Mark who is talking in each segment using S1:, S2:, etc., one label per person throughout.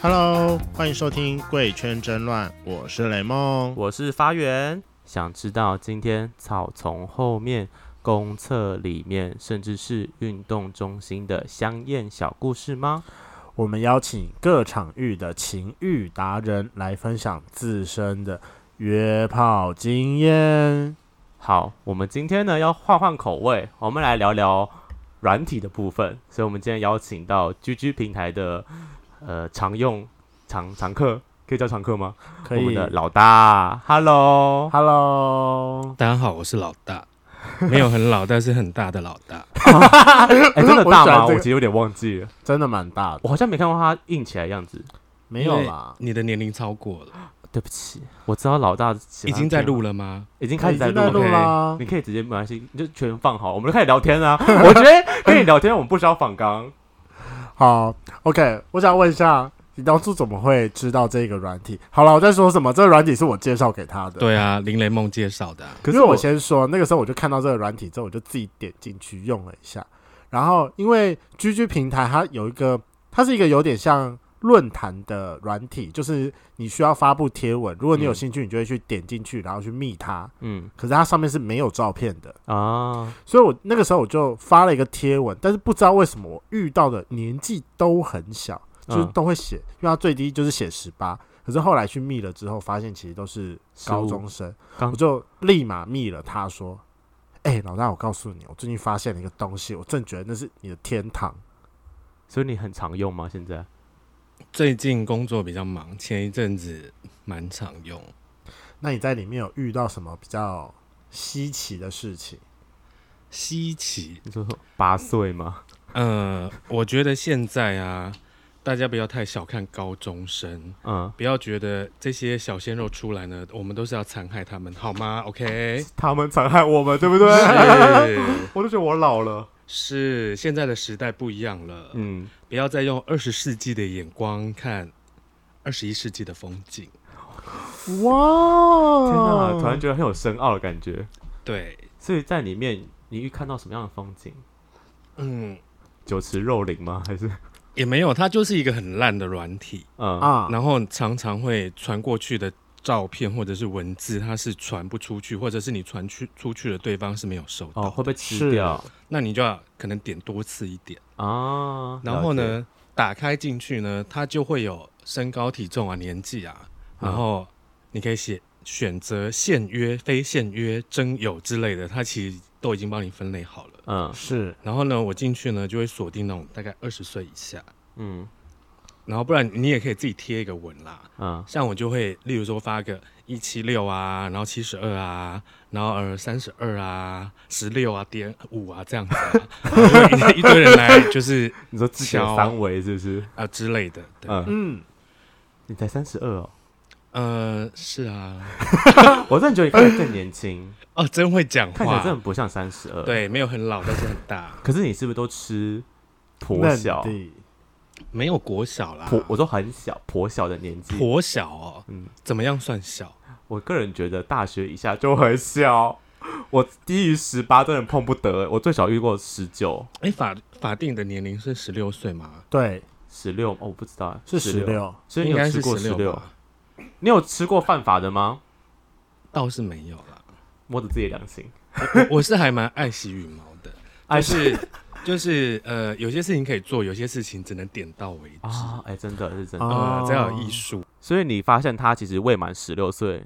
S1: Hello，欢迎收听《贵圈争乱》，我是雷梦。
S2: 我是发源。想知道今天草丛后面、公厕里面，甚至是运动中心的香艳小故事吗？
S3: 我们邀请各场域的情欲达人来分享自身的约炮经验。
S2: 好，我们今天呢要换换口味，我们来聊聊软体的部分。所以，我们今天邀请到 GG 平台的呃常用常常客，可以叫常客吗？
S3: 可
S2: 我们
S3: 以
S2: 的老大，Hello，
S3: ，Hello，
S4: 大家好，我是老大，没有很老，但是很大的老大。
S2: 哎、真的
S3: 我
S2: 大
S3: 喜欢
S2: 吗？
S3: 这个
S2: 我其实有点忘记了，
S3: 真的蛮大的，
S2: 我好像没看过他硬起来的样子。
S3: 没有啦，
S4: 你的年龄超过了，
S2: 对不起，我知道老大喜
S4: 已
S2: 欢
S4: 经在
S2: 听
S4: 录了吗？
S2: 已经开始
S3: 已
S2: 在
S3: 经
S2: 录
S3: 在录
S2: 了。
S4: OK
S3: 啦
S2: 你。可以直接没关系，你就全放好，我们就开始聊天 啊。我觉得跟你聊天，我们不需要访纲。
S3: 好，OK，我想问一下，你当初怎么会知道这个软体？好了，我在说什么？这个软体是我介绍给他的。。
S4: 对啊，林雷梦介绍的啊、
S2: 可
S3: 因为我先说，那个时候我就看到这个软体之后，我就自己点进去用了一下。然后因为 GG 平台它有一个，它是一个有点像论坛的软体，就是你需要发布贴文，如果你有
S2: 嗯
S3: 兴趣，你就会去点进去，然后去密它。
S2: 嗯
S3: 可是它上面是没有照片的，
S2: 啊，
S3: 所以我那个时候我就发了一个贴文，但是不知道为什么我遇到的年纪都很小，就是
S2: 嗯
S3: 都会写，因为它最低就是写十八。可是后来去密了之后，发现其实都是高
S2: 15
S3: 中生，
S2: 刚
S3: 我就立马密了他说：“哎、老大，我告诉你，我最近发现了一个东西，我真觉得那是你的天堂。
S2: 所以你很常用吗？现在
S4: 最近工作比较忙，前一阵子蛮常用。
S3: 那你在里面有遇到什么比较稀奇的事情？
S4: 稀奇，
S2: 你说八岁吗？
S4: 呃，我觉得现在啊，大家不要太小看高中生，
S2: 嗯，
S4: 不要觉得这些小鲜肉出来呢，我们都是要残害他们，好吗？OK？
S2: 他们残害我们，对不对？
S4: 是
S2: 我都觉得我老了。
S4: 是，现在的时代不一样了。
S2: 嗯，
S4: 不要再用二十世纪的眼光看二十一世纪的风景。
S3: 哇！
S2: 天哪，突然觉得很有深奥的感觉。
S4: 对，
S2: 所以在里面，你遇看到什么样的风景？
S4: 嗯，
S2: 酒池肉林吗？还是
S4: 也没有，它就是一个很烂的软体，
S2: 嗯
S3: 啊，
S4: 然后常常会传过去的照片或者是文字，它是传不出去，或者是你传去出去了，对方是没有收到，
S2: 哦，会被吃
S3: 是
S2: 掉
S4: 那你就要可能点多次一点，
S2: 啊？
S4: 然后
S2: 了解？
S4: 呢，打开进去呢，它就会有身高、体重啊、年纪啊，
S2: 嗯
S4: 然后你可以写选择现约、非现约、征友之类的，它其实都已经帮你分类好了。
S2: 嗯
S3: 是
S4: 然后呢，我进去呢就会锁定那种大概二十岁以下，
S2: 嗯
S4: 然后不然你也可以自己贴一个文啦。
S2: 嗯，
S4: 像我就会，例如说发个一七六啊，然后七十二啊，然后呃三十二啊，十六啊，点五啊这样子、啊， 然后就会一一堆人来就是
S2: 你说之前
S4: 小
S2: 三维是不是？
S4: 啊、之类的，对，
S2: 嗯，
S3: 嗯，
S2: 你才三十二哦。
S4: 呃是啊，
S2: 我真的觉得你看起来更年轻，
S4: 哦真会讲
S2: 看起来真的
S4: 话，
S2: 不像三十二。，
S4: 对，没有很老，但是很大，
S2: 可是你是不是都吃婆
S3: 嫩
S2: 小？
S3: 地
S4: 没有国小啦，
S2: 婆我都很小，婆小的年纪。
S4: 婆小哦，
S2: 嗯
S4: 怎么样算小？
S2: 我个人觉得大学以下就很小，我低于十八真的碰不得。我最小遇过十九、
S4: 哎，法法定的年龄是十六岁吗？
S3: 对，
S2: 十六，哦，我不知道
S3: 是十，六。
S2: 所以
S4: 应
S2: 你有
S4: 该
S2: 吃
S4: 是
S2: 过十
S4: 六
S2: 六？，你有吃过犯法的吗？
S4: 倒是没有啦。
S2: 摸着自己的良心，哎
S4: 我我 是还蛮爱惜羽毛的，
S2: 爱
S4: 就
S2: 惜
S4: 是就是呃，有些事情可以做，有些事情只能点到为止。
S2: 啊，哎、真的是真的。
S3: 哦
S4: 呃，这要有艺术。
S2: 所以你发现他其实未满十六岁，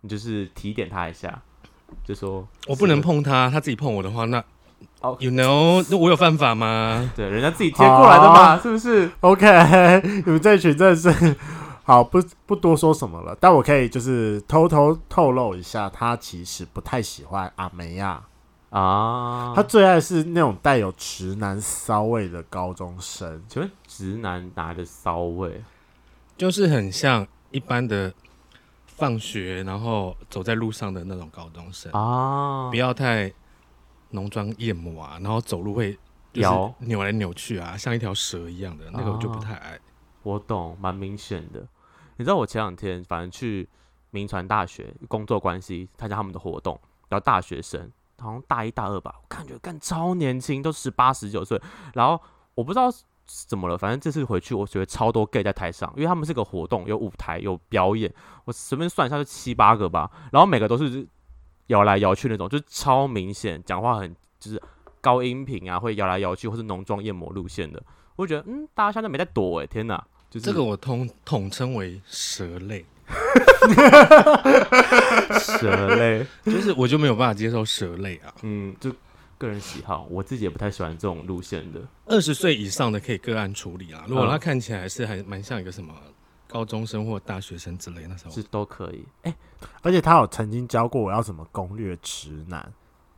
S2: 你就是提点他一下，就说
S4: 我不能碰他，他自己碰我的话，那
S2: 哦
S4: you know，那我有犯法吗？
S2: 对，人家自己贴
S4: 哦
S2: 过来的嘛，是不是？
S3: OK，你 们这群真的是好，不不多说什么了。但我可以就是偷偷透露一下，他其实不太喜欢阿梅亚，
S2: 啊，
S3: 他最爱是那种带有直男骚味的高中生。
S2: 请问直男拿着骚味，
S4: 就是很像一般的放学然后走在路上的那种高中生，
S2: 啊
S4: 不，要太浓妆艳抹啊，然后走路会就是
S2: 摇
S4: 扭来扭去啊，像一条蛇一样的那个，我就不太爱。
S2: 我懂，蛮明显的。你知道我前两天反正去民传大学工作关系参加他们的活动，然后大学生好像大一大二吧，我感觉干超年轻，都十八十九岁，然后我不知道怎么了？反正这次回去，我觉得超多 gay 在台上，因为他们是个活动，有舞台，有表演，我随便算一下就七八个吧，然后每个都是摇来摇去那种，就是超明显，讲话很就是高音频啊，会摇来摇去，或是浓妆艳抹路线的，我就觉得嗯，大家现在没在躲哎、天哪！就是
S4: 这个我统统称为蛇类，
S2: 蛇类，
S4: 就是我就没有办法接受蛇类啊。
S2: 嗯，就个人喜好，我自己也不太喜欢这种路线的。
S4: 二十岁以上的可以个案处理啊。如果他看起来是还蛮像一个什么高中生或大学生之类，那时候
S2: 是都可以。哎、
S3: 而且他有曾经教过我要怎么攻略直男，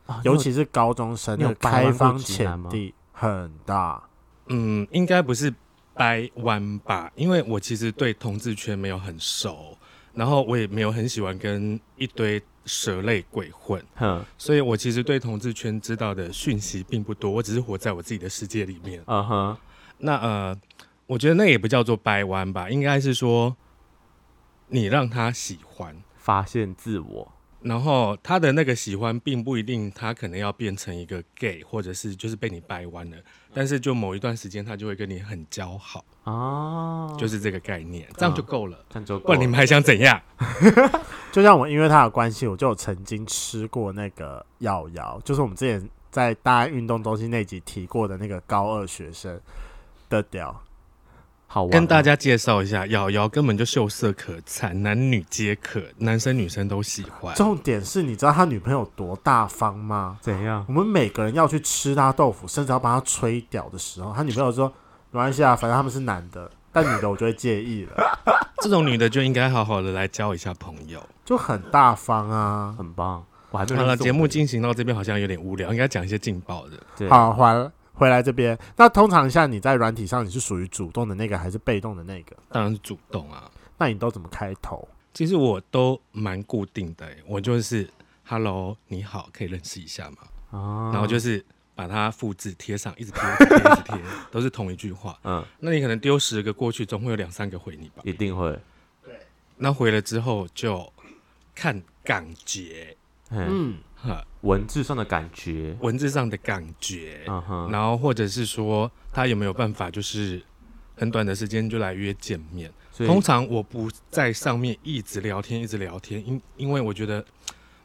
S4: 哦
S2: 啊
S3: 尤其是高中生
S2: 你有
S3: 的
S2: 掰弯
S3: 开
S2: 过
S3: 放
S2: 直男
S3: 潜
S2: 吗
S3: 力很大。
S4: 嗯，应该不是掰弯吧？因为我其实对同志圈没有很熟，然后我也没有很喜欢跟一堆蛇类鬼混，
S2: 你有哼，
S4: 所以我其实对同志圈知道的讯息并不多，我只是活在我自己的世界里面。
S2: 嗯哼，
S4: 那呃，我觉得那也不叫做掰弯吧，应该是说你让他喜欢。
S2: 发现自我，
S4: 然后他的那个喜欢，并不一定他可能要变成一个 gay，或者是就是被你掰弯了，但是就某一段时间他就会跟你很交好，
S2: 啊，
S4: 就是这个概念，这
S2: 嗯
S4: 样就够了。
S2: 看周
S4: 哦不
S2: 过
S4: 然你们还想怎样？
S3: 就像我因为他的关系，我就有曾经吃过那个药药，就是我们之前在大安运动中心那集提过的那个高二学生的屌。
S2: 好玩、
S4: 跟大，家介绍一下，瑶瑶根本就秀色可餐，男女皆可，男生女生都喜欢。
S3: 重点是，你知道他女朋友多大方吗？
S2: 怎样？
S3: 我们每个人要去吃他豆腐，甚至要帮他吹屌的时候，他女朋友说没关系啊，反正他们是男的，但女的我就会介意了，
S4: 这种女的就应该好好的来交一下朋友。
S3: 就很大方啊。
S2: 很棒，我还没有
S4: 好了，
S2: 认识我
S4: 节目
S2: 的
S4: 进行到这边好像有点无聊，应该讲一些劲爆的。
S2: 对，
S3: 好，还回来这边。那通常像你在软体上，你是属于主动的那个还是被动的那个？
S4: 当然是主动啊，
S3: 那你都怎么开头？
S4: 其实我都蛮固定的欸、我就是 “hello，你好，可以认识一下吗？”
S2: 啊，
S4: 然后就是把它复制贴上，一直贴，一直贴，一直贴，都是同一句话。
S2: 嗯，
S4: 那你可能丢十个过去，总会有两三个回你吧。
S2: 一定会，
S4: 那回了之后就看感觉，
S2: 嗯，
S3: 嗯，
S4: 哈，
S2: 文字上的感觉，
S4: 文字上的感觉，
S2: 嗯哼，
S4: 然后或者是说他有没有办法，就是很短的时间就来约见面。
S2: 所以
S4: 通常我不在上面一直聊天，一直聊天，因因为我觉得，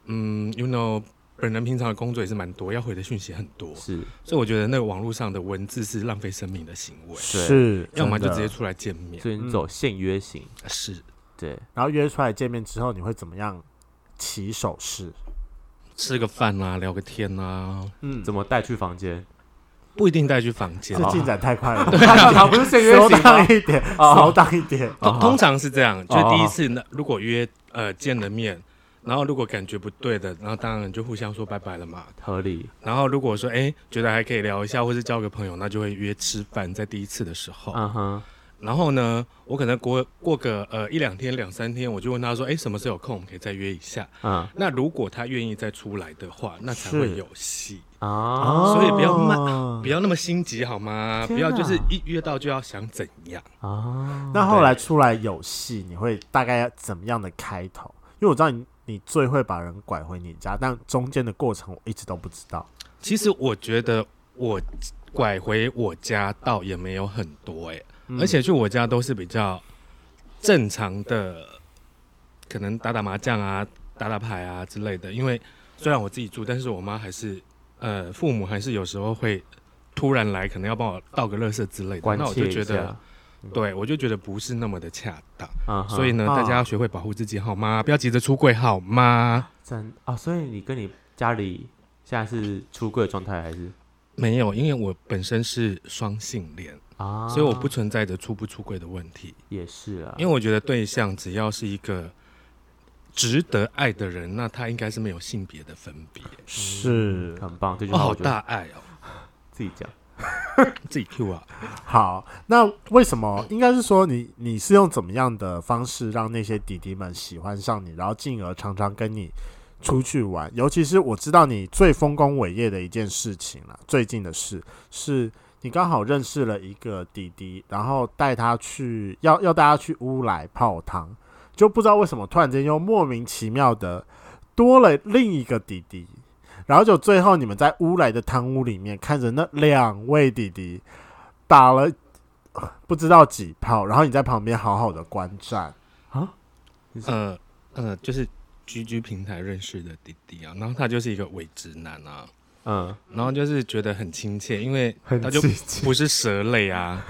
S4: 嗯，you know，本人平常的工作也是蛮多，要回的讯息很多，
S2: 是
S4: 所以我觉得那个网络上的文字是浪费生命的行为，
S3: 是，
S4: 要么就直
S3: 真
S4: 接
S3: 的。
S4: 出来见面。
S2: 所以你走限约型，
S4: 是
S2: 对，
S3: 然后约出来见面之后，你会怎么样起手势？
S4: 吃个饭啊，聊个天啊，
S3: 嗯，
S2: 怎么带去房 间？
S4: 不一定带去房间。
S3: 这进展太快 了，
S2: 他啊不是限约
S3: 收
S2: 型
S3: 档
S2: 吗？
S3: 一点，
S2: 哦
S3: 收档一点。
S4: 通通常是这样，就
S2: 哦
S4: 第一次呢，如果约呃见了面，然后如果感觉不对的，然后当然就互相说拜拜了嘛。
S2: 合理，
S4: 然后如果说哎、觉得还可以聊一下，或是交个朋友，那就会约吃饭，在第一次的时候。
S2: 嗯哼，
S4: 然后呢，我可能过过个呃一两天、两三天，我就问他说，哎、什么时候有空，我们可以再约一下。
S2: 嗯
S4: 那如果他愿意再出来的话，那才会
S3: 是
S4: 有戏。
S2: 啊，
S3: 哦
S4: 所以不要慢，不要那么心急好吗？
S2: 天
S4: 不
S2: 哪
S4: 要就是一约到就要想怎样。
S2: 啊，
S3: 那后来出来有戏，你会大概要怎么样的开头？因为我知道你你最会把人拐回你家，但中间的过程我一直都不知道。
S4: 其实我觉得我拐回我家倒也没有很多哎、
S2: 嗯
S4: 而且去我家都是比较正常的，可能打打麻将啊、打打牌啊之类的。因为虽然我自己住，但是我妈还是呃父母还是有时候会突然来，可能要帮我倒个垃圾之类的。
S2: 关
S4: 那我
S2: 切
S4: 就
S2: 一
S4: 觉得
S2: 下，，
S4: 对我就觉得不是那么的恰当。
S2: 嗯哼，
S4: 所以呢，
S3: 啊
S4: 大家要学会保护自己好吗？不要急着出柜好吗？
S2: 真啊，所以你跟你家里现在是出柜的状态还是
S4: 没有，因为我本身是双性恋，
S2: 啊？
S4: 所以我不存在着出不出柜的问题。
S2: 也是啊，
S4: 因
S2: 为
S4: 为我觉得对象只要是一个值得爱的人，那他应该是没有性别的分别。
S3: 是
S2: 很棒，这句
S4: 哦，
S2: 话
S4: 好
S2: 我觉得
S4: 大爱哦，
S2: 自己讲，
S4: 自己 Q 啊。
S3: 好，那为什么？应该是说你你是用怎么样的方式让那些弟弟们喜欢上你，然后进而常常跟你出去玩？尤其是我知道你最丰功伟业的一件事情了，最近的事是你刚好认识了一个弟弟，然后带他去要要带他去乌来泡汤，就不知道为什么突然间又莫名其妙的多了另一个弟弟。然后就最后，你们在乌来的汤屋里面看着那两位弟弟打了不知道几炮，然后你在旁边好好的观战。
S4: 呃呃，就是居居平台认识的弟弟啊，然后他就是一个伪直男啊，
S2: 嗯，
S4: 然后就是觉得很亲切，因为
S2: 很
S4: 他就
S2: 刺激，
S4: 不是蛇类 啊，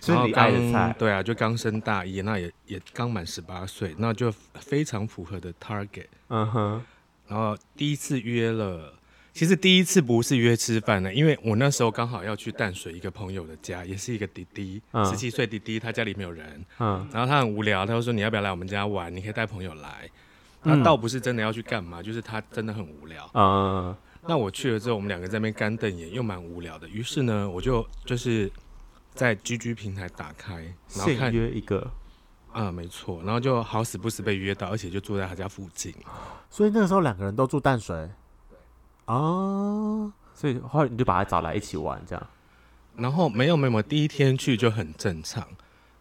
S2: 是
S4: 然后
S2: 你爱
S4: 刚
S2: 的菜，
S4: 对啊，就刚升大一，那也也刚满十八岁，那就非常符合的 target。
S2: 嗯哼，
S4: 然后第一次约了，其实第一次不是约吃饭的，因为我那时候刚好要去淡水一个朋友的家，也是一个弟弟，
S2: 嗯
S4: 十七岁弟弟，他家里没有人，
S2: 嗯
S4: 然后他很无聊，他就说你要不要来我们家玩？你可以带朋友来。
S3: 嗯
S4: 他倒不是真的要去干嘛，就是他真的很无聊。
S2: 嗯
S4: 那我去了之后，我们两个在那边干瞪眼，又蛮无聊的。于是呢，我就就是在 GG 平台打开，然后
S2: 现
S4: 看
S2: 约一个，
S4: 啊、没错，然后就好死不死被约到，而且就住在他家附近。
S3: 所以那个时候两个人都住淡水啊，
S2: 所以后来你就把他找来一起玩，这样，
S4: 然后没有没有，没有第一天去就很正常。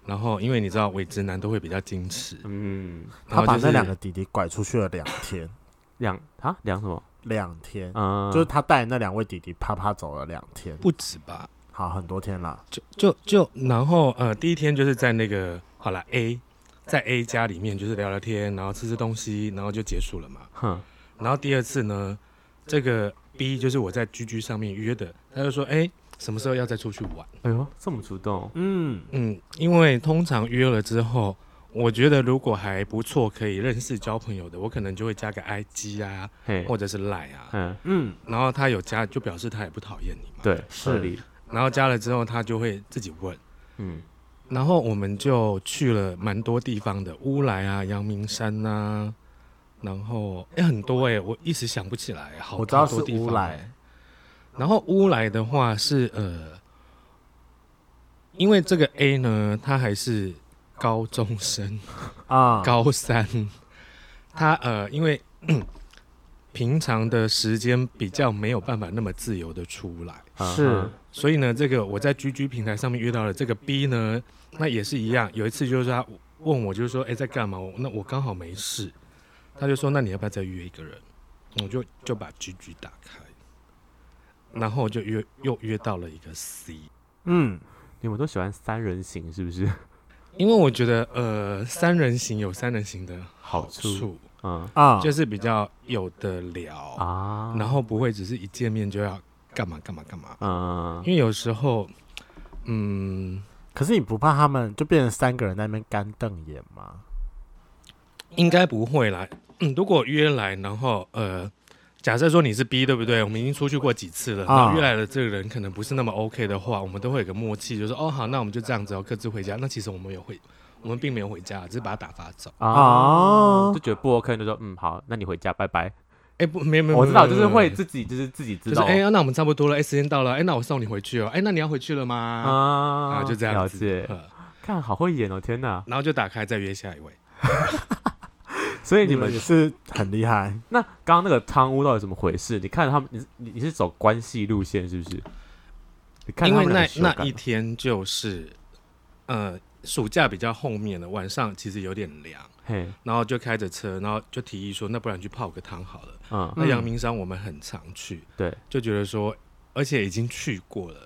S4: 然后因为你知道，伪直男都会比较矜持，
S2: 嗯，
S4: 然
S3: 他
S4: 后
S3: 把
S4: 就是
S3: 那两个弟弟拐出去了两天，
S2: 两啊两什么？
S3: 两天，
S2: 嗯，
S3: 就是他带那两位弟弟啪啪走了两天，
S4: 不止吧，
S3: 好很多天了。
S4: 就就就然后呃，第一天就是在那个好了 A，在 A 家里面就是聊聊天，然后吃吃东西，然后就结束了嘛。
S2: 哼，
S4: 然后第二次呢，这个 B 就是我在 GG 上面约的，他就说，哎、什么时候要再出去玩？
S2: 哎呦，这么主动，
S3: 嗯，
S4: 嗯，因为通常约了之后，我觉得如果还不错，可以认识交朋友的，我可能就会加个 IG 啊，
S2: 嘿，
S4: 或者是 Line 啊。
S2: 嗯，
S3: 嗯，
S4: 然后他有加，就表示他也不讨厌你嘛。。
S2: 对，
S3: 是
S2: 合理，
S4: 然后加了之后，他就会自己问。
S2: 嗯
S4: 然后我们就去了蛮多地方的，乌来啊、阳明山啊，然后哎很多哎、我一时想不起来，好
S3: 我知道
S4: 好多地
S3: 是
S4: 方、
S3: 乌来
S4: 哎然后乌来的话是呃，因为这个 A 呢，他还是高中生，
S3: 啊，
S4: 高三，他呃，因为平常的时间比较没有办法那么自由的出来，
S2: 嗯
S3: 是
S4: 所以呢，这个我在 GG 平台上面遇到了这个 B 呢，那也是一样。有一次就是他问我，就是说，哎、在干嘛？我那我刚好没事，他就说，那你要不要再约一个人？我就就把 GG 打开，然后就约又约到了一个 C，
S3: 嗯，
S2: 你们都喜欢三人行是不是？
S4: 因为我觉得呃，三人行有三人行的好
S2: 好
S4: 处，
S2: 嗯
S3: 啊，
S4: 就是比较有的聊，
S2: 啊，
S4: 然后不会只是一见面就要干嘛干嘛干嘛，
S2: 嗯
S4: 因为有时候，嗯。
S3: 可是你不怕他们就变成三个人在那边干瞪眼吗？
S4: 应该不会啦。嗯，如果约来，然后呃，假设说你是 B，对不对？我们已经出去过几次了，
S3: 啊
S4: 那约来的这个人可能不是那么 OK 的话，我们都会有个默契，就是哦好，那我们就这样子哦，各自回家。那其实我们有回，我们并没有回家，只是把他打发走。
S3: 啊
S2: 就觉得不 OK 就说嗯好，那你回家拜拜。
S4: 哎，不，没有没有，
S2: 我知道，就是
S4: 没有没有没
S2: 会
S4: 有
S2: 自己就是自己知
S4: 就是
S2: 道哦
S4: 哎、那我们差不多了，哎，时间到了，哎，那我送你回去哦，哎，那你要回去了吗？
S2: 啊
S4: 啊，就这样
S2: 了
S4: 子，
S2: 解，
S4: 呃
S2: 看好会演哦，天哪！
S4: 然后就打开再约下一位。
S2: 所以你们
S3: 也是很厉害，
S2: 那刚刚那个汤屋到底怎么回事？你看他们，你是你你是走关系路线是不是？你看
S4: 因
S2: 他
S4: 为
S2: 们
S4: 那
S2: 很羞
S4: 那
S2: 感
S4: 一天就是，呃，暑假比较后面了，晚上其实有点凉，
S2: 嘿
S4: 然后就开着车，然后就提议说，那不然去泡个汤好了。
S2: 嗯
S4: 那阳明山我们很常去，
S2: 对，
S4: 就觉得说，而且已经去过了，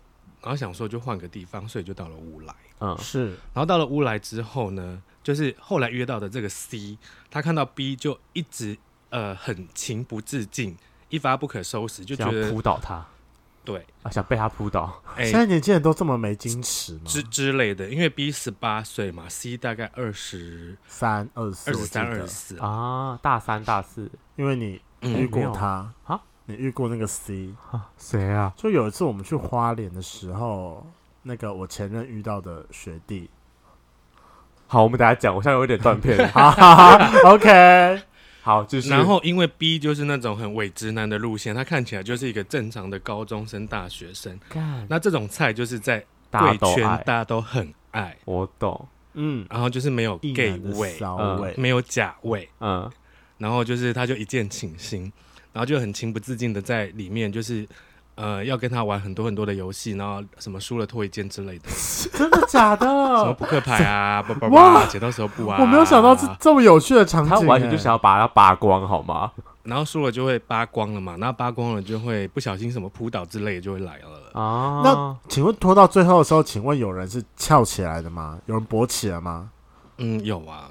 S4: 然后想说就换个地方，所以就到了乌来。
S2: 嗯
S3: 是
S4: 然后到了乌来之后呢，就是后来约到的这个 C，他看到 B 就一直呃很情不自禁，一发不可收拾，就觉
S2: 想要
S4: 得
S2: 扑倒他
S4: 对，
S2: 啊，想被他扑倒，
S4: 哎、
S3: 现在年轻人都这么没矜持吗？
S4: 之之类的，因为 B 十八岁嘛，C 大概二十
S3: 三二四，
S4: 二十
S3: 我记得
S4: 三、二十四啊，
S2: 啊，大三大四
S3: 因为你遇
S4: 嗯，
S2: 没
S3: 过
S2: 有
S3: 他
S2: 啊，
S3: 你遇过那个 C，
S2: 啊，谁啊？
S3: 就有一次我们去花莲的时候，那个我前任遇到的学弟，
S2: 好，我们等一下讲，我现在有点断 片了。
S3: 哈哈哈，OK，
S2: 好，就是
S4: 然后因为 B 就是那种很伪直男的路线，他看起来就是一个正常的高中生、大学生，
S2: 干
S4: 那这种菜就是在
S2: 大家
S4: 贵
S2: 都
S4: 圈
S2: 爱，
S4: 大家都很爱，
S2: 我懂，
S3: 嗯，
S4: 然后就是没有
S3: 一
S4: gay
S3: 男的
S4: 味，
S3: 骚
S2: 嗯
S3: 味，
S4: 没有假味，
S2: 嗯
S4: 然后就是他就一见倾心，然后就很情不自禁的在里面就是。呃，要跟他玩很多很多的游戏，然后什么输了脱一件之类的，什
S3: 真的假的？
S4: 么扑克牌 啊，叭叭
S3: 哇
S4: 叭，剪刀石头布啊，
S3: 我没有想到这这么有趣的场景、
S2: 他完全就
S3: 哎
S2: 想要把他扒光，好吗？
S4: 然后输了就会扒光了嘛，那扒光了就会不小心什么扑倒之类的就会来了。
S2: 啊。
S3: 那请问拖到最后的时候，请问有人是翘起来的吗？有人勃起了吗？
S4: 嗯，有啊，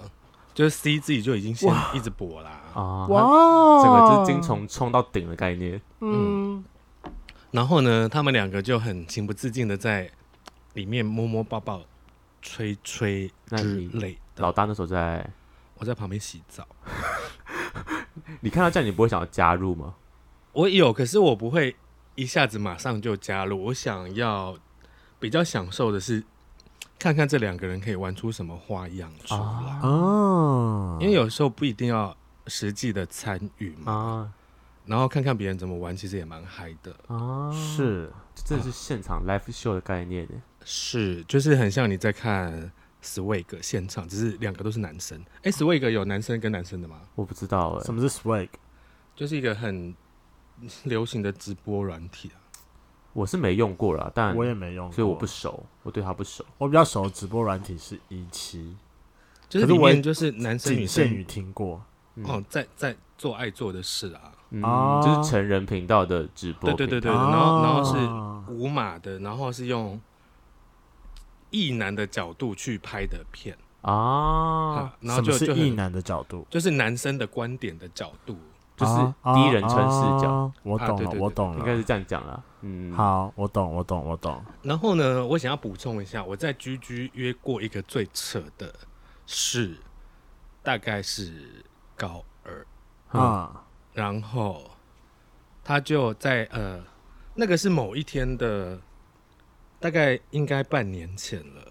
S4: 就是 C 自己就已经先一直搏啦。
S2: 啊，
S3: 哇
S2: 它
S3: 哦，
S2: 整个就是精虫冲到顶的概念。
S3: 嗯，
S4: 然后呢，他们两个就很情不自禁的在里面摸摸抱抱、吹吹
S2: 那
S4: 之
S2: 你
S4: 类的。
S2: 老大那时候在，
S4: 我在旁边洗澡，
S2: 你看到这样，你不会想要加入吗？
S4: 我有，可是我不会一下子马上就加入。我想要比较享受的是，看看这两个人可以玩出什么花样出来，
S2: 啊
S3: 哦，
S4: 因为有时候不一定要实际的参与嘛。
S2: 啊
S4: 然后看看别人怎么玩，其实也蛮嗨的。
S2: 啊，是，这真的是现场 live show 的概念耶。
S4: 是，就是很像你在看 Swag 现场，只是两个都是男生。哎，Swag 有男生跟男生的吗？
S2: 我不知道哎
S3: 什，么是 swag？
S4: 就是一个很流行的直播软体啊。
S2: 我是没用过啦，但
S3: 我也没用过，
S2: 嗯所以我不熟，我对它不熟。
S3: 我比较熟的直播软体是一期，
S4: 就是
S3: 可
S4: 里
S3: 是我也
S4: 面就是男生女
S3: 仅限于
S4: 生
S3: 听过。
S2: 嗯
S4: 哦，在在做爱做的事啊，
S2: 嗯
S3: 啊，
S2: 就是成人频道的直播
S4: 对
S2: 频道。
S4: 对对对，
S3: 啊
S4: 然后然后是无码的，然后是用异男的角度去拍的片
S2: 啊，
S4: 啊，然后
S3: 什
S4: 就
S3: 么
S4: 就是很
S3: 异男的角度？
S4: 就是男生的观点的角度，
S2: 就是
S3: 啊
S2: 第一人称视角，，
S3: 啊我
S4: 啊
S3: 懂
S4: 对
S3: 了，
S4: 对对
S3: 我懂
S2: 应该
S3: 了。
S2: 是这样讲啦。嗯，，
S3: 好，我懂，我懂，我懂。
S4: 然后呢，我想要补充一下，我在居居约过一个最扯的事，大概是高二，
S2: 嗯
S3: 啊，
S4: 然后他就在呃，那个是某一天的，大概应该半年前了。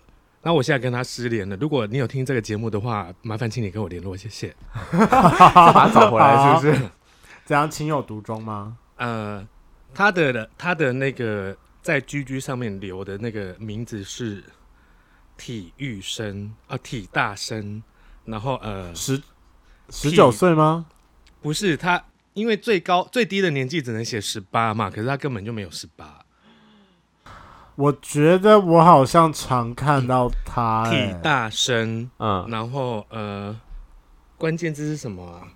S4: 那我现在跟他失联了。如果你有听这个节目的话，麻烦请你跟我联络，谢谢。
S2: 把它找回来是不是？
S3: 这样情有独钟吗？
S4: 呃，他的他的那个在 GG 上面留的那个名字是体育生啊、体大生，然后呃，
S3: 十十九岁吗？
S4: 不是他，因为最高最低的年纪只能写十八嘛，可是他根本就没有十八，
S3: 我觉得我好像常看到他、欸
S4: 体大生，
S2: 嗯，
S4: 然后呃，关键字是什么啊？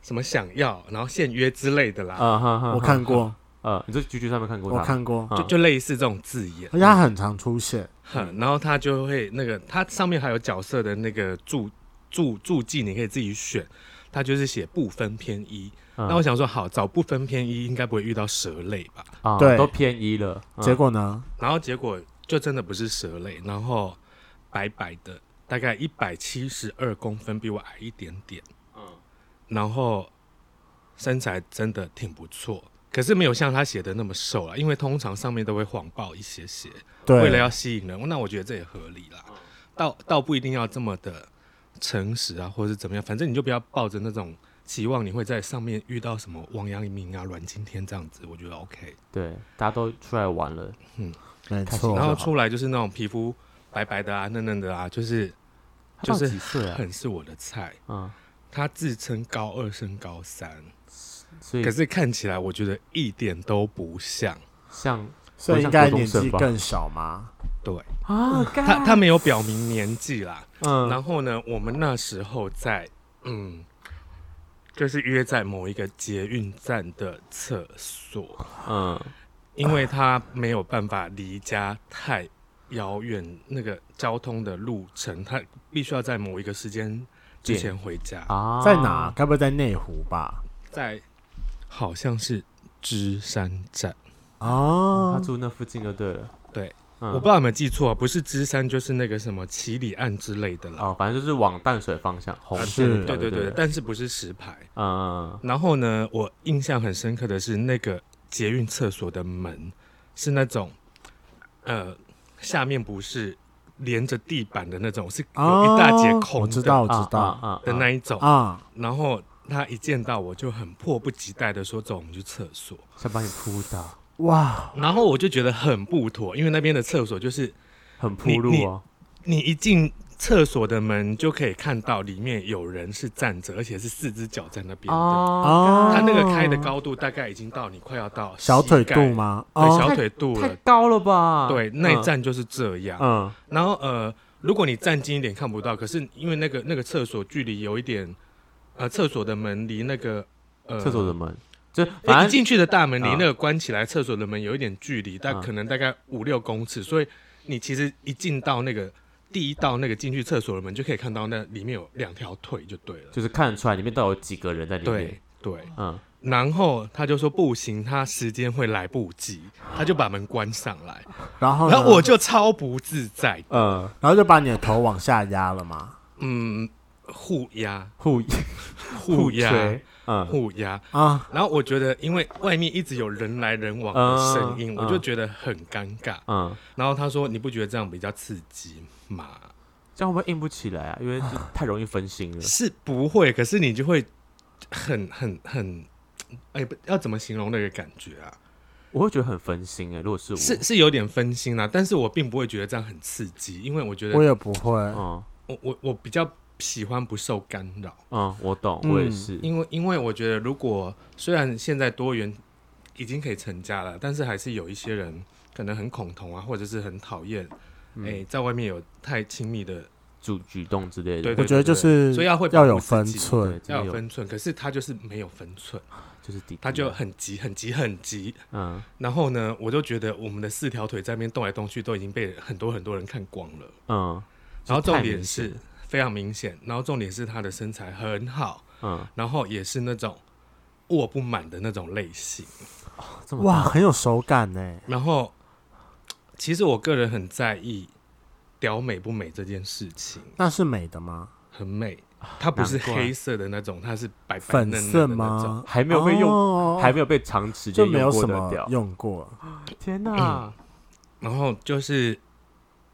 S4: 什么想要，然后限约之类的啦，
S2: 啊哈哈，
S3: 我看过，
S2: 呃，你在 GG 上面看过
S3: 我
S2: 他？
S3: 看过，
S2: 嗯
S4: 就就类似这种字眼
S3: 而。且他很常出现。
S4: 哼，然后他就会那个，他上面还有角色的那个注注注记，你可以自己选。他就是写不分偏一，
S2: 嗯
S4: 那我想说，好找不分偏一，应该不会遇到蛇类吧？
S2: 啊，
S3: 对
S2: 都偏一了。嗯
S3: 结果呢？
S4: 然后结果就真的不是蛇类，然后白白的，大概一百七十二公分，比我矮一点点。然后身材真的挺不错，可是没有像他写的那么瘦啊了，因为通常上面都会谎报一些些。
S2: 嗯
S4: 为了
S3: 对，
S4: 要吸引人，那我觉得这也合理啦。倒倒不一定要这么的诚实啊，或者是怎么样，反正你就不要抱着那种期望你会在上面遇到什么王阳明啊、阮经天这样子，我觉得 OK。
S2: 对，大家都出来玩了，
S3: 没
S2: 看
S3: 错。
S4: 然后出来就是那种皮肤白白的啊、嫩嫩的啊，就是
S2: 他到
S4: 就是
S2: 几岁啊？
S4: 很是我的菜。
S2: 嗯，
S4: 他自称高二升高三，
S2: 所以
S4: 可是看起来我觉得一点都不像。
S2: 像
S3: 所以应该年纪更小吗？
S4: 对
S2: 啊，
S4: 他，他没有表明年纪啦，
S2: 嗯
S4: 然后呢，我们那时候在嗯，就是约在某一个捷运站的厕所，
S2: 嗯，
S4: 因为他没有办法离家太遥远，那个交通的路程，他必须要在某一个时间之前回家，
S2: 啊，
S3: 在哪？？该不会在内湖吧？
S4: 在好像是芝山站，
S2: 嗯他
S3: 哦，
S2: 住那附近就对了。
S4: 对，
S2: 嗯
S4: 我不知道有没有记错、啊，不是芝山就是那个什么七里岸之类的啦，
S2: 哦，反正就是往淡水方向，红线
S3: 是
S2: 那条
S4: 啊对
S2: 就
S4: 对
S2: 对
S4: 对
S2: 了，，
S4: 但是不是石牌。
S2: 嗯，嗯
S4: 然后呢，我印象很深刻的是那个捷运厕所的门是那种，呃，下面不是连着地板的那种，是有一大截
S3: 哦我
S4: 空
S3: 知
S4: 的、
S3: 道，我知道
S2: 啊
S4: 的那一种。
S3: 啊，
S4: 然后他一见到我就很迫不及待的说：“走，我们去厕所。
S2: 想把你扑倒，
S3: 哇，”
S4: 然后我就觉得很不妥，因为那边的厕所就是
S2: 很铺路哦。
S4: 你一进厕所的门就可以看到里面有人是站着，而且是四只脚在那边的。
S2: 哦，
S3: 啊
S4: 他那个开的高度大概已经到你快要到
S3: 小腿
S4: 膝
S3: 肚
S4: 盖
S3: 吗？
S4: 对，
S3: 哦，
S4: 小腿肚
S2: 太
S4: 了。
S2: 高了吧？
S4: 对，内啊站就是这样。
S2: 嗯，
S4: 然后呃，如果你站近一点看不到，可是因为那个那个厕所距离有一点，呃，厕所的门离那个呃
S2: 厕所的门，就
S4: 因为
S2: 反
S4: 你
S2: 正
S4: 哎进去的大门离
S2: 啊
S4: 那个关起来厕所的门有一点距离，但
S2: 啊
S4: 可能大概五六公尺，所以你其实一进到那个第一道那个进去厕所的门，就可以看到那里面有两条腿就对了。
S2: 就是看得出来里面到底有几个人在里面
S4: 对。对，
S2: 嗯，
S4: 然后他就说不行，他时间会来不及，他就把门关上来，
S3: 然后呢
S4: 然后我就超不自在，
S2: 呃，
S3: 然后就把你的头往下压了嘛。
S4: 嗯，互压
S2: 互
S4: 互压
S2: 吹，嗯，
S4: 互压，
S3: 啊，
S4: 然后我觉得因为外面一直有人来人往的声音，
S2: 嗯
S4: 我就觉得很尴尬。
S2: 嗯，
S4: 然后他说：“你不觉得这样比较刺激吗
S2: 这样会不会硬不起来啊？因 为太容易分心？”了。
S4: 是不会，可是你就会很很很，哎，不要怎么形容那个感觉啊？
S2: 我会觉得很分心哎、如果是我，
S4: 是是有点分心啦、但是我并不会觉得这样很刺激，因为我觉得
S3: 我
S4: 我
S3: 也不会。
S4: 哦
S2: 嗯
S4: 我我比较喜欢不受干扰，
S2: 嗯，我懂，
S3: 嗯
S2: 我也是，
S4: 因为因为我觉得如果虽然现在多元已经可以成家了，但是还是有一些人可能很恐同啊，或者是很讨厌，哎，在外面有太亲密的
S2: 举举动之类的，
S4: 对对
S3: 我觉得就是
S4: 所以要会
S3: 要
S4: 保护
S3: 有
S4: 自
S3: 分
S4: 己
S2: 对
S3: 寸，
S2: 真的
S4: 要有
S2: 有
S4: 分寸，可是他就是没有分寸，
S2: 就是弟弟，
S4: 他就很急、很急、很急。
S2: 嗯
S4: 然后呢，我就觉得我们的四条腿在那边动来动去，都已经被很多很多人看光了。
S2: 嗯，
S4: 然后
S2: 就是
S4: 重
S2: 太
S4: 点
S2: 明显
S4: 是非常明显，然后重点是他的身材很好，
S2: 嗯，
S4: 然后也是那种握不满的那种类型。
S2: 这么
S3: 哇，
S2: 哇，
S3: 很有手感呢。
S4: 然后，其实我个人很在意屌美不美这件事情，
S3: 那是美的吗？
S4: 很美。它不是
S2: 啊难怪
S4: 黑色的那种，它是白白哎
S3: 粉
S4: 嫩嫩
S3: 色
S4: 的那种。
S3: 吗？
S2: 还没有被用，
S3: 哦
S2: 还没有被长时
S3: 就
S2: 间
S3: 没有
S2: 用过
S3: 什
S2: 的
S3: 么
S2: 掉，
S3: 用过。
S2: 天
S4: 嗯
S2: 哪，
S4: 然后就是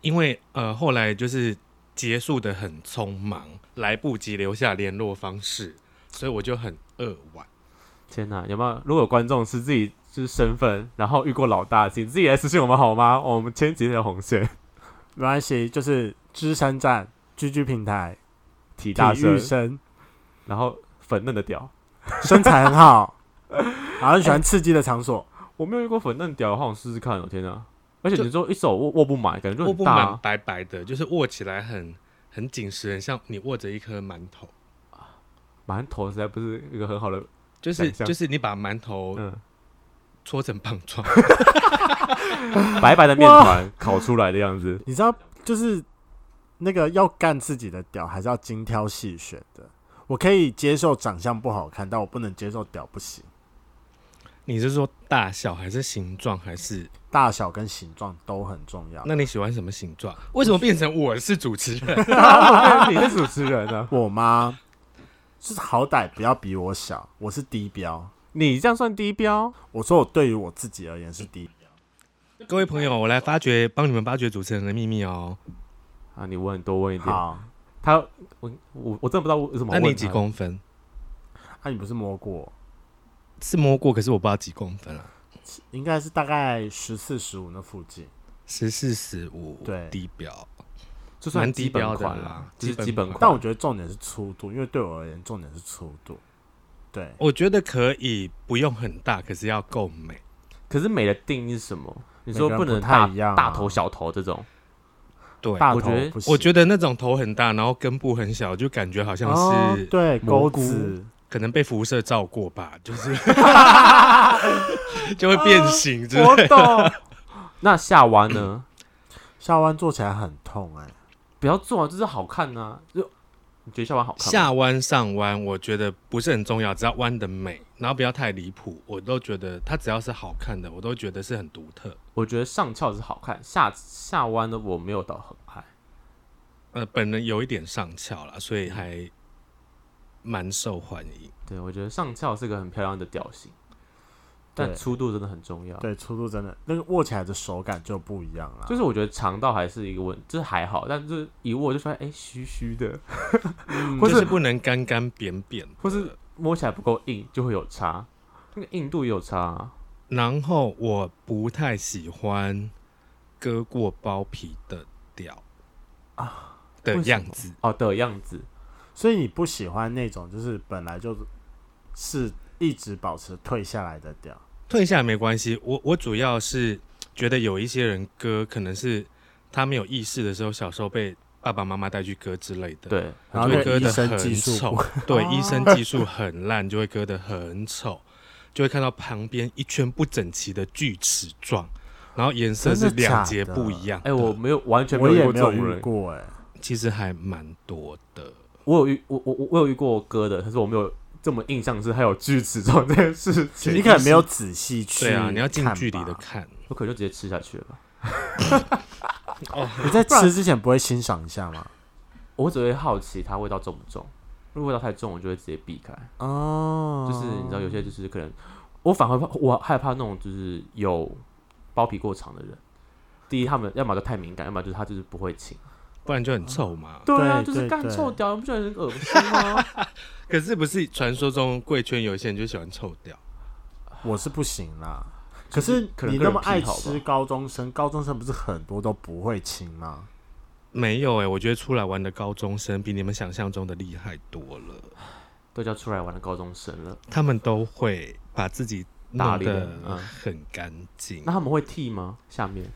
S4: 因为呃后来就是结束的很匆忙，来不及留下联络方式，所以我就很扼腕。
S2: 天哪，有没有？如果有观众是自己就是身份，然后遇过老大，请自己来私信我们好吗？哦我们前几天的红线
S3: 没关系，就是芝山站、居居平台、
S2: 体
S3: 体
S2: 大
S3: 育
S2: 声，
S3: 生，
S2: 然后粉嫩的屌，
S3: 身材很 好，然后喜欢刺激的场所。
S2: 我没有遇过粉嫩屌，我好想试试看，哦我天哪！而且你说一手握握不满，感觉就
S4: 握
S2: 很
S4: 不
S2: 大啊、
S4: 满白白的，就是握起来很很紧实，很像你握着一颗馒头，
S2: 馒头实在不是一个很好的，
S4: 就是
S2: 想象
S4: 就是你把馒头
S2: 嗯，
S4: 搓成 棒状，
S2: 白白的面团烤出来的样 子。
S3: 你知道，就是那个要干自己的屌，还是要精挑细选的。我可以接受长相不好看，但我不能接受屌不行，
S4: 你是说大小还是形状还是？
S3: 大小跟形状都很重要。
S4: 那你喜欢什么形状？为什么变成我是主持人？
S2: 啊我 变成你是主持人啊？
S3: 我妈就是好歹不要比我小，我是低标。
S2: 你这样算低标？
S3: 我说我对于我自己而言是低，
S4: 各位朋友，我来发掘帮你们发掘主持人的秘密哦。
S2: 啊，你问多问一点。
S3: 好，
S2: 他，我我我真的不知道为什么好
S4: 那
S2: 问
S4: 你几
S2: 他？
S4: 公分？
S3: 那、啊你不是摸过？
S4: 是摸过，可是我不知道几公分了、啊
S3: 应该是大概十四十五那附近。
S4: 十四十五，
S3: 对
S4: 低标，
S2: 就算
S4: 蛮
S2: 基
S4: 低
S2: 本
S4: 标的
S2: 款
S4: 啦
S2: 就是基
S4: 基本
S2: 本
S4: 款
S3: 但我
S2: 款。
S3: 觉得重点是粗度，因为对我而言重点是粗度。对，
S4: 我觉得可以不用很大，可是要够美。
S2: 可是美的定义是什么？你
S3: 每
S2: 说
S3: 个人
S2: 能
S3: 不太
S2: 大
S3: 一样啊
S2: 大头小头这种，
S4: 对，
S3: 大
S2: 我
S3: 头
S2: 觉得
S3: 不行
S4: 哦我觉得那种头很大，然后根部很小，就感觉好像
S3: 哦
S4: 是、
S3: 对
S2: 蘑
S3: 钩
S2: 菇
S3: 子，
S4: 可能被辐射照过吧，就是 就会变形之类。
S2: 我 懂。哦那下弯呢？
S3: 下弯做起来很痛哎、
S2: 不要做啊，就是好看啊。就你觉得下弯好看吗？
S4: 下弯上弯，我觉得不是很重要，只要弯的美，然后不要太离谱，我都觉得它只要是好看的，我都觉得是很独特。
S2: 我觉得上翘是好看，下下弯呢我没有到很爱。
S4: 呃，本人有一点上翘啦，所以还蛮受欢迎。
S2: 对，我觉得上翘是个很漂亮的屌型，
S3: 对
S2: 但粗度真的很重要。
S3: 对，啊粗度真的那个握起来的手感就不一样了。
S2: 就是我觉得肠道还是一个问，就是还好，但就是一握就发现哎虚虚的， 或
S4: 或
S3: 嗯
S2: 是
S4: 是不能干干扁扁，
S2: 或是摸起来不够硬，就会有差。那个硬度也有差、啊，
S4: 然后我不太喜欢割过包皮的屌啊的
S2: 为什
S4: 样
S2: 么
S4: 子，
S2: 哦的样子，
S3: 所以你不喜欢那种就是本来就是一直保持退下来的屌，
S4: 退下来没关系。我我主要是觉得有一些人割可能是他没有意识的时候，小时候被爸爸妈妈带去割之类的，
S2: 对，
S3: 然后
S4: 就
S3: 那个
S4: 会割
S3: 医
S4: 的
S3: 生技
S4: 很
S3: 术
S4: 丑
S3: 不，
S4: 对，
S3: 哦
S4: 医生技术很烂，就会割的很丑，就会看到旁边一圈不整齐的锯齿状，然后颜色
S3: 真的
S4: 是两
S3: 假
S4: 节
S3: 的
S4: 不一样的。
S2: 哎，我没有完全没
S3: 我
S2: 有
S3: 也没
S2: 遇过这
S3: 有
S2: 种
S3: 遇
S2: 人，
S3: 过哎、
S4: 其实还蛮多的，
S2: 我有遇我我我我有遇过割的，可是我没有这么印象是还有锯齿状这件事 情，
S3: 你可能没有仔细去
S4: 对啊，你要近
S3: 看
S4: 距离的
S3: 吧
S4: 看。
S2: 我可能就直接吃下去了吧。
S3: 你在吃之前不会欣赏一下吗？
S2: 我只会好奇它味道重不重，如果味道太重，我就会直接避开。
S3: 哦，
S2: 就是你知道有些就是可能，我反而怕我害怕那种就是有包皮过长的人。第一，他们要么就太敏感，要么就是他就是不会亲。
S4: 不然就很臭嘛。
S2: 对
S3: 对
S2: 啊，就是
S3: 对
S2: 干
S3: 对
S2: 臭屌，你不觉得很恶心吗？
S4: 可是不是传说中贵圈有一些人就喜欢臭掉？
S3: 我是不行啦。可
S2: 就是
S3: 是
S2: 可能
S3: 你
S2: 个
S3: 那
S2: 人
S3: 么
S2: 癖
S3: 爱
S2: 好吧
S3: 吃高中生，高中生不是很多都不会亲吗？
S4: 没有哎、我觉得出来玩的高中生比你们想象中的厉害多了，
S2: 都叫出来玩的高中生了，
S4: 他们都会把自己
S2: 打
S4: 弄
S2: 理的
S4: 得
S2: 嗯
S4: 很干净。
S2: 那他们会剃吗？下面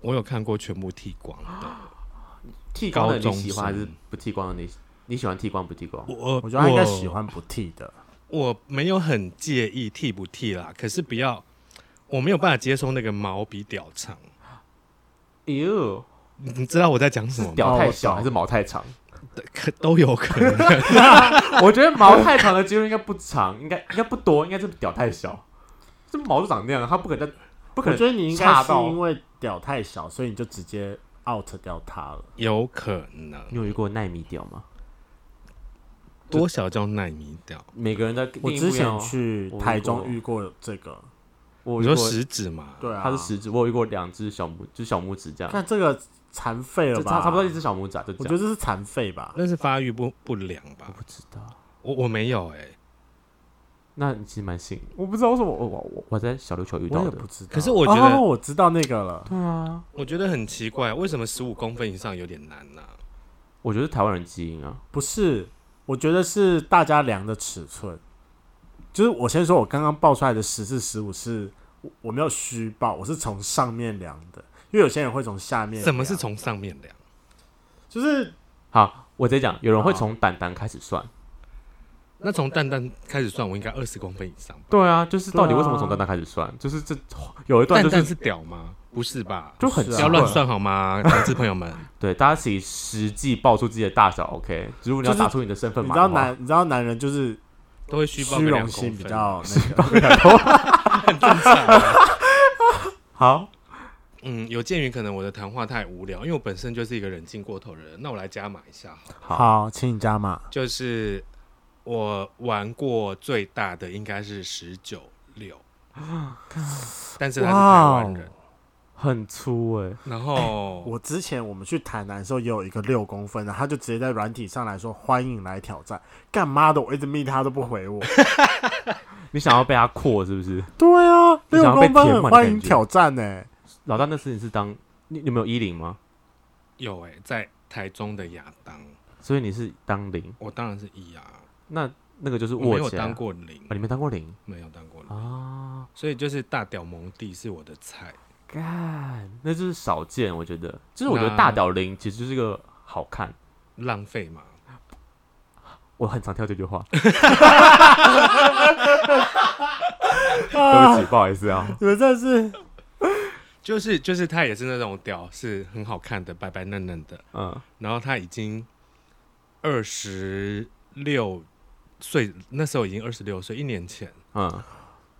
S4: 我有看过全部剃光的，
S2: 剃光的
S4: 高
S2: 你
S4: 中
S2: 喜欢还是
S4: 生
S2: 不剃光的你？你喜欢剃光不剃光？
S4: 我
S3: 我觉得他应该喜欢不剃的。
S4: 我没有很介意剃不剃啦，可是不要，我没有办法接受那个毛比屌长。
S2: 哎呦，
S4: 你你知道我在讲什么吗？
S2: 屌
S3: 哦
S2: 太
S3: 我
S2: 小
S3: 懂
S2: 还是毛太长？
S4: 可都有可能。
S2: 我觉得毛太长的肌肉应该不长，应该应该不多，应该是屌太小。这毛就长那样，他不可能再，不可
S3: 我
S2: 能
S3: 觉得你应该
S2: 差
S3: 是
S2: 到
S3: 因为屌太小，所以你就直接 out 掉他了。
S4: 有可能，
S2: 你有遇过奈米屌吗？
S4: 多小叫耐米屌？
S2: 每个人在定
S3: 我
S2: 义不
S3: 之
S2: 一样
S3: 前
S2: 哦
S3: 去
S2: 我遇
S3: 台中
S2: 过
S3: 遇过这个，
S2: 我
S4: 你
S2: 遇
S4: 说
S2: 过，
S4: 食指嘛？
S3: 对啊，
S2: 它是食指，我有遇过两只小拇，就是小拇指这样，
S3: 看这个残废了
S2: 就
S3: 吧？
S2: 差差不多一只小拇指啊，就
S3: 我
S2: 这
S3: 觉得
S2: 样。
S3: 这是残废吧。
S4: 那是发育不不良吧
S2: 我？不知道，
S4: 我我没有哎、
S2: 那你其实蛮幸运。我不知道为什么我我我我在小琉球遇
S3: 我
S2: 到
S3: 也
S2: 的
S3: 不，知道。
S4: 可是我觉得
S3: 哦我知道那个了，
S2: 对啊，
S4: 我觉得很奇怪，为什么十五公分以上有点难啊呢、
S2: 我觉得台湾人基因啊，
S3: 不是，我觉得是大家量的尺寸。就是我先说，我刚刚报出来的十至十五是，我我没有虚报，我是从上面量的，因为有些人会从下面量。
S4: 怎么是从上面量？
S3: 就是
S2: 好，我直接讲，有人会
S3: 好
S2: 从蛋蛋开始算，
S4: 那从蛋蛋开始算，我应该二十公分以上吧。
S2: 对啊，就是到底
S3: 对啊
S2: 为什么从蛋蛋开始算？就是这有一段
S4: 蛋
S2: 就
S4: 蛋
S2: 是
S4: 是屌吗？不是吧？
S2: 就很
S3: 不啊
S4: 不
S3: 是啊
S2: 奇
S4: 要
S2: 怪
S4: 乱，算 好吗，同志朋友们？
S2: 对，大家请实际报出自己的大小，OK？如果你要
S3: 就是
S2: 打出你的身份
S3: 你
S2: 码
S3: 知道
S2: 的话，
S3: 男，你知道男人就是
S4: 都会虚报
S3: 虚
S4: 个
S3: 荣
S4: 两
S3: 心
S4: 公
S3: 比
S4: 分，
S3: 较那个。
S2: 好，
S4: 嗯，有鉴于可能我的谈话太无聊，因为我本身就是一个冷静过头的人，那我来加码一下好了，
S3: 好，请你加码。
S4: 就是我玩过最大的应该是十九 六，但是他是台湾
S3: 哦
S4: 人，
S2: 很粗
S3: 欸
S2: 哎、
S4: 然后
S3: 我之前我们去台南的时候，也有一个六公分的，他就直接在软体上来说欢迎来挑战，干嘛的？我一直密他都不回我。
S2: 你想要被他扩是不是？
S3: 对啊，
S2: 你
S3: 六
S2: 想要被
S3: 公
S2: 填
S3: 分
S2: 满的
S3: 很
S2: 感
S3: 欢
S2: 觉
S3: 迎挑战欸呢、
S2: 老大，那次你是当你你们有一零吗？
S4: 有哎、在台中的亚当，
S2: 所以你是当零，
S4: 我当然是一啊，
S2: 那那个就是
S4: 我没
S2: 握
S4: 有
S2: 起来啊。
S4: 当过零
S2: 啊，，你没当过零
S4: 没有当过零，
S3: 哦
S2: 啊？
S4: 所以就是大屌蒙蒂是我的菜。
S2: 干，那就是少见，我觉得。就是我觉得
S4: 那
S2: 大屌零其实就是个好看，
S4: 浪费嘛，
S2: 我很常跳这句话。 对不起，不好意思啊。
S3: 你们真的是
S4: 就是就是它也是那种屌，是很好看的，白白嫩嫩的，
S2: 嗯，
S4: 然后他已经二十六岁，那时候已经二十六岁，一年前。
S2: 嗯，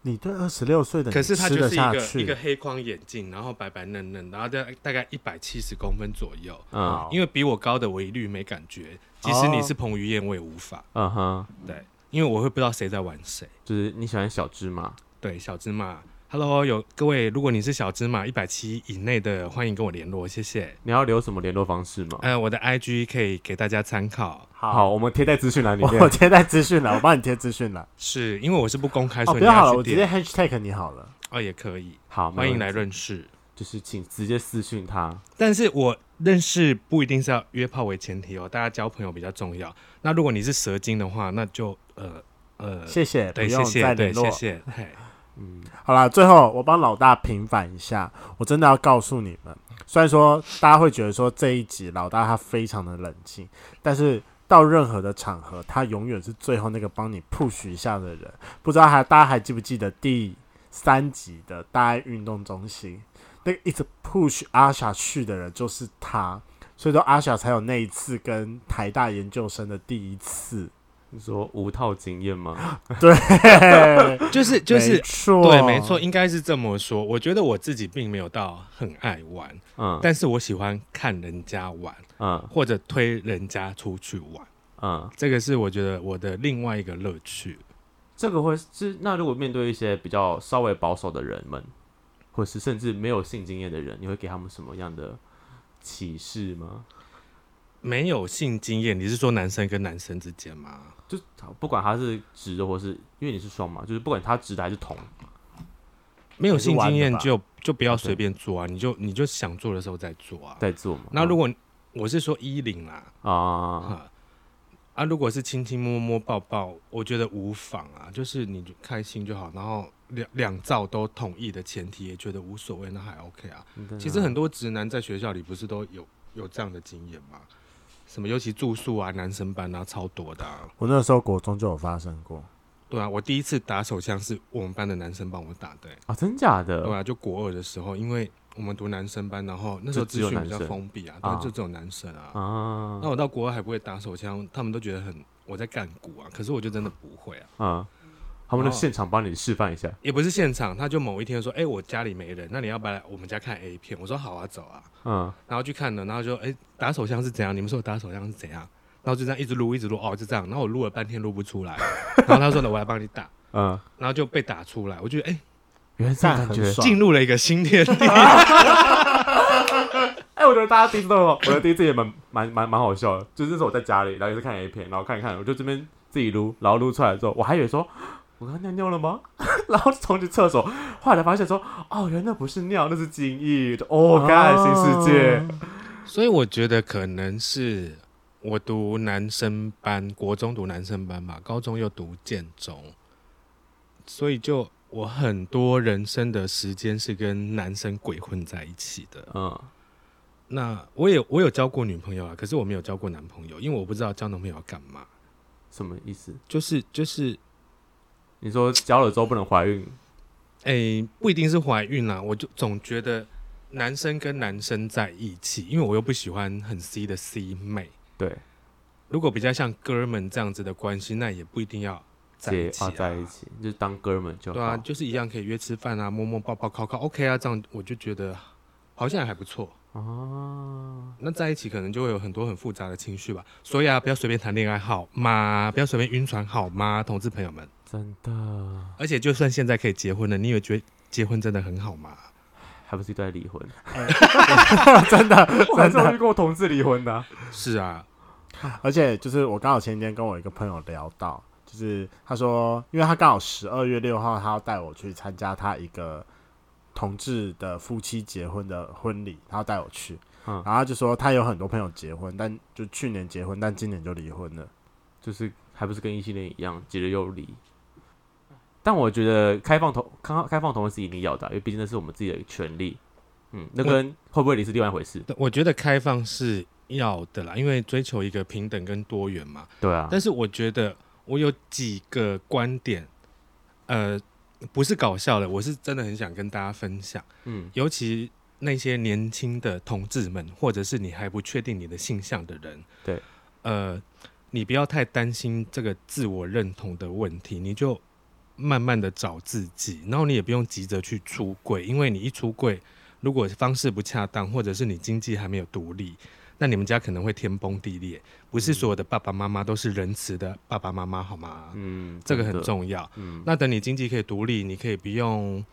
S3: 你对二十六岁的
S4: 可
S3: 你
S4: 是他
S3: 吃
S4: 就
S3: 得
S4: 是一
S3: 下
S4: 个一个
S3: 去？
S4: 黑框眼镜，然后白白嫩嫩，然后大大概一百七十公分左右。
S2: 嗯，
S3: 好
S4: 因为比我高的我一律没感觉，即使
S3: 哦
S4: 你是彭于晏我也无法。
S2: 嗯哼，
S4: 对，因为我会不知道谁在玩谁。
S2: 就是你喜欢小芝麻，
S4: 对，小芝麻，Hello，有各位，如果你是小芝麻一百七以内的，欢迎跟我联络，谢谢。
S2: 你要留什么联络方式吗？
S4: 呃，我的 IG 可以给大家参考，
S2: 好，，我们贴在资讯栏里面
S3: 我。贴在资讯栏，我帮你贴资讯栏。
S4: 是因为我是不公开，
S3: 哦，
S4: 所以
S3: 不
S4: 你
S3: 要好了，
S4: 要
S3: 我
S4: 去
S3: 直接
S4: 点。
S3: hashtag 你好了。
S4: 哦，也可以。
S2: 好，没
S4: 欢迎
S2: 问
S4: 来
S2: 题，
S4: 认识。
S2: 就是请直接私讯他。
S4: 但是我认识不一定是要约炮为前提哦，大家交朋友比较重要。那如果你是蛇精的话，那就呃呃，
S3: 谢谢，不
S4: 对，
S3: 用
S4: 谢
S3: 再
S4: 谢，对，
S3: 联络
S4: 谢。谢。嘿
S2: 嗯，
S3: 好啦，最后我帮老大平反一下，我真的要告诉你们，虽然说大家会觉得说这一集老大他非常的冷静，但是到任何的场合，他永远是最后那个帮你 push 一下的人。不知道还大家还记不记得第三集的大爱运动中心那个一直 push 阿霞去的人就是他，所以说阿霞才有那一次跟台大研究生的第一次。
S2: 你说无套经验
S4: 啊
S2: 吗？
S3: 对，
S4: 就是就是
S3: 没错，
S4: 对，没错，，应该是这么说。我觉得我自己并没有到很爱玩，
S2: 嗯
S4: 但是我喜欢看人家玩，
S2: 嗯
S4: 或者推人家出去玩，
S2: 嗯，
S4: 这个是我觉得我的另外一个乐趣。
S2: 这个会是那如果面对一些比较稍微保守的人们，或是甚至没有性经验的人，你会给他们什么样的启示吗？
S4: 没有性经验，你是说男生跟男生之间吗？
S2: 就好不管他是直的，或是因为你是双嘛，就是不管他直的还是同，
S4: 没有性经验
S3: 还是
S4: 就就不要随便做啊，你就你就想做的时候再做啊。
S2: 在做嘛。
S4: 那如果我是说衣领啦，
S2: 啊，
S4: 啊啊，如果是亲亲摸摸抱抱，我觉得无妨啊，就是你就开心就好，然后两两造都同意的前提也觉得无所谓，那还 OK 啊。
S2: 嗯
S4: 其实很多直男在学校里不是都有有这样的经验吗？什么尤其住宿啊、男生班啊，超多的、啊。
S3: 我那时候国中就有发生过。
S4: 对啊，我第一次打手枪是我们班的男生帮我打的欸、
S2: 啊，真假
S4: 对
S2: 的？
S4: 啊，就国二的时候，因为我们读男生班，然后那时候
S2: 就只
S4: 资
S2: 有
S4: 讯比
S2: 男
S4: 较
S2: 生
S4: 封闭啊，
S2: 啊
S4: 对，就只有男生啊。
S2: 啊
S4: 那我到国外还不会打手枪，他们都觉得很我在干股啊，可是我就真的不会啊，
S2: 啊，他们在
S4: 哦
S2: 现场帮你示范一下。
S4: 也不是现场，他就某一天说，哎、我家里没人，那你要不要来我们家看 A 片？我说好啊，走啊，
S2: 嗯
S4: 然后去看了，然后就哎、打手枪是怎样？你们说我打手枪是怎样？然后就这样一直撸一直撸，哦就这样，然后我撸了半天撸不出来， 然后他说呢我来帮你打，
S2: 嗯，
S4: 然后就被打出来，我觉得哎
S2: 原来这种感觉
S3: 但很。爽
S4: 进、入了一个新天地，
S2: 哎、我觉得大家第一次都很好，我觉得第一次也蛮蛮蛮蛮好笑的。就是那时候我在家里，然后也是看 A 片，然后看一看，我就这边自己撸，然后撸出来之后，我还以为说我刚刚尿尿了吗？ 然后就冲去厕所，后来才发现说哦，原来那不是尿，那是精液。就哦，干、新世界。
S4: 所以我觉得可能是我读男生班，国中读男生班吧，高中又读建中，所以就我很多人生的时间是跟男生鬼混在一起的。
S2: 嗯
S4: 那我也我有交过女朋友啊，可是我没有交过男朋友，因为我不知道交男朋友要干嘛。
S2: 什么意思？
S4: 就是就是，
S2: 你说交了之后不能怀孕？
S4: 诶、不一定是怀孕啦、我就总觉得男生跟男生在一起，因为我又不喜欢很 C 的 C 妹。
S2: 对，
S4: 如果比较像哥们这样子的关系，那也不一定要在
S2: 结
S4: 一起、
S2: 啊在一。起，就是当哥们就好。
S4: 对啊，就是一样可以约吃饭啊，摸摸抱抱靠靠，OK 啊，这样我就觉得好像还不错。
S2: 啊
S4: 那在一起可能就会有很多很复杂的情绪吧，所以啊，不要随便谈恋爱好吗？不要随便晕船好吗，同志朋友们？
S2: 真的，
S4: 而且就算现在可以结婚了，你也觉得结婚真的很好吗？
S2: 还不是一对离婚？
S3: 真的，
S2: 我还是有遇过同志离婚的啊、
S4: 是啊，
S3: 而且就是我刚好前几天跟我一个朋友聊到，就是他说，因为他刚好十二月六号，他要带我去参加他一个同志的夫妻结婚的婚礼，他要带我去，
S2: 嗯
S3: 然后他就说他有很多朋友结婚，但就去年结婚，但今年就离婚了。
S2: 就是还不是跟异性恋一样，结了又离。但我觉得开放同开开放同婚是一定要的啊，因为毕竟那是我们自己的权利。嗯，那跟会不会离是另外一回事。
S4: 我觉得开放是要的啦，因为追求一个平等跟多元嘛。
S2: 对啊，
S4: 但是我觉得我有几个观点，呃，不是搞笑的，我是真的很想跟大家分享，
S2: 嗯
S4: 尤其那些年轻的同志们，或者是你还不确定你的性向的人，
S2: 对，
S4: 呃，你不要太担心这个自我认同的问题，你就慢慢的找自己，然后你也不用急着去出柜，因为你一出柜，如果方式不恰当，或者是你经济还没有独立。那你们家可能会天崩地裂，不是所有的爸爸妈妈都是仁慈的爸爸妈妈，好吗？
S2: 嗯，
S4: 这个
S2: 真
S4: 很
S2: 的，
S4: 重要。
S2: 嗯，
S4: 那等你经济可以独立，你可以不用、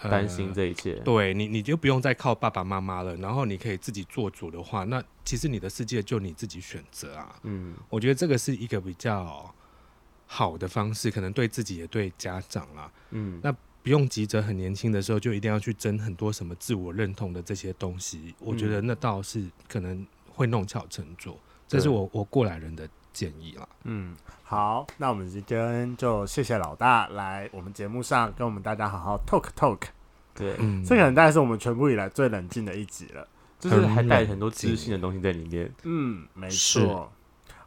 S4: 呃
S2: 担心这一切。
S4: 对你，你就不用再靠爸爸妈妈了，然后你可以自己做主的话，那其实你的世界就你自己选择啊。
S2: 嗯，
S4: 我觉得这个是一个比较好的方式，可能对自己也对家长啦，
S2: 嗯，
S4: 那不用急着很年轻的时候就一定要去争很多什么自我认同的这些东西。我觉得那倒是可能会弄巧成拙，这是
S2: 对
S4: 我我过来人的建议啦。
S2: 嗯，
S3: 好，那我们今天就谢谢老大来我们节目上跟我们大家好好 talk talk。
S2: 对，
S4: 嗯，
S3: 这可能大概是我们全部以来最冷静的一集了。
S2: 就是还带
S4: 冷
S2: 很多知性的东西在里面。
S3: 嗯，没
S4: 是
S3: 错。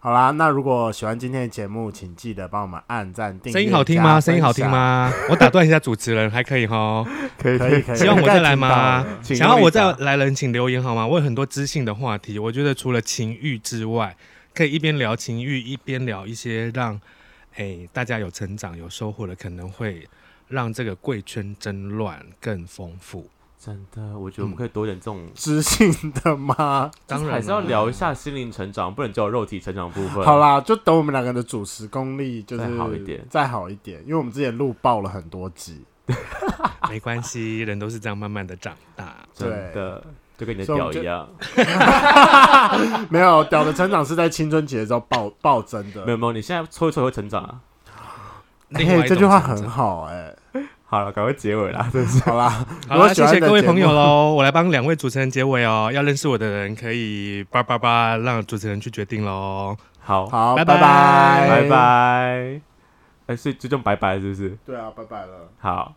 S3: 好啦，那如果喜欢今天的节目，请记得帮我们按赞、订阅。
S4: 声音好听
S3: 加
S4: 吗？
S3: 分
S4: 声音好听
S3: 享？
S4: 吗？我打断一下主持人，还可以哈。
S2: 可以
S3: 可以，可以。
S4: 希望我再来
S3: 大
S4: 吗
S3: 家听到了
S2: 请
S4: 想要我再
S2: 用一
S4: 来人，请留言好吗？我有很多知性的话题，我觉得除了情欲之外，可以一边聊情欲，一边聊一些让哎、大家有成长、有收获的，可能会让这个贵圈争乱更丰富。
S2: 真的，我觉得我们可以多一点这种，
S3: 知性的吗？
S4: 当
S2: 就是
S4: 然
S2: 还是要
S4: 啦
S2: 聊一下心灵成长，不能只有肉体成长部分。
S3: 好，啦，就等我们两个的主持功力就是
S2: 再好一点
S3: 再好一点，因为我们之前录爆了很多集，
S4: 没关系，人都是这样慢慢的长大。
S2: 真的就跟你的
S3: 所以我
S2: 屌
S3: 们就
S2: 一样，
S3: 没有屌的成长是在青春期的时候暴暴增的
S2: 没。有没有，你现在搓一搓会成长啊。
S4: 另外一
S3: 嘿，
S4: 种
S3: 这句话
S4: 成
S3: 很
S4: 长啊
S3: 好 哎、
S2: 好了，赶快结尾啦。
S3: 好啦，
S4: 好啦，
S3: 如果喜
S4: 谢
S3: 欢
S4: 谢
S3: 的
S4: 各位
S3: 节目
S4: 朋友喽！我来帮两位主持人结尾哦。要认识我的人可以叭叭叭，让主持人去决定喽。
S2: 好，
S3: 好，
S4: 拜
S3: 拜
S4: 拜
S2: 拜拜。哎，所以就这么拜拜是不是？
S3: 对啊，拜拜了。
S2: 好，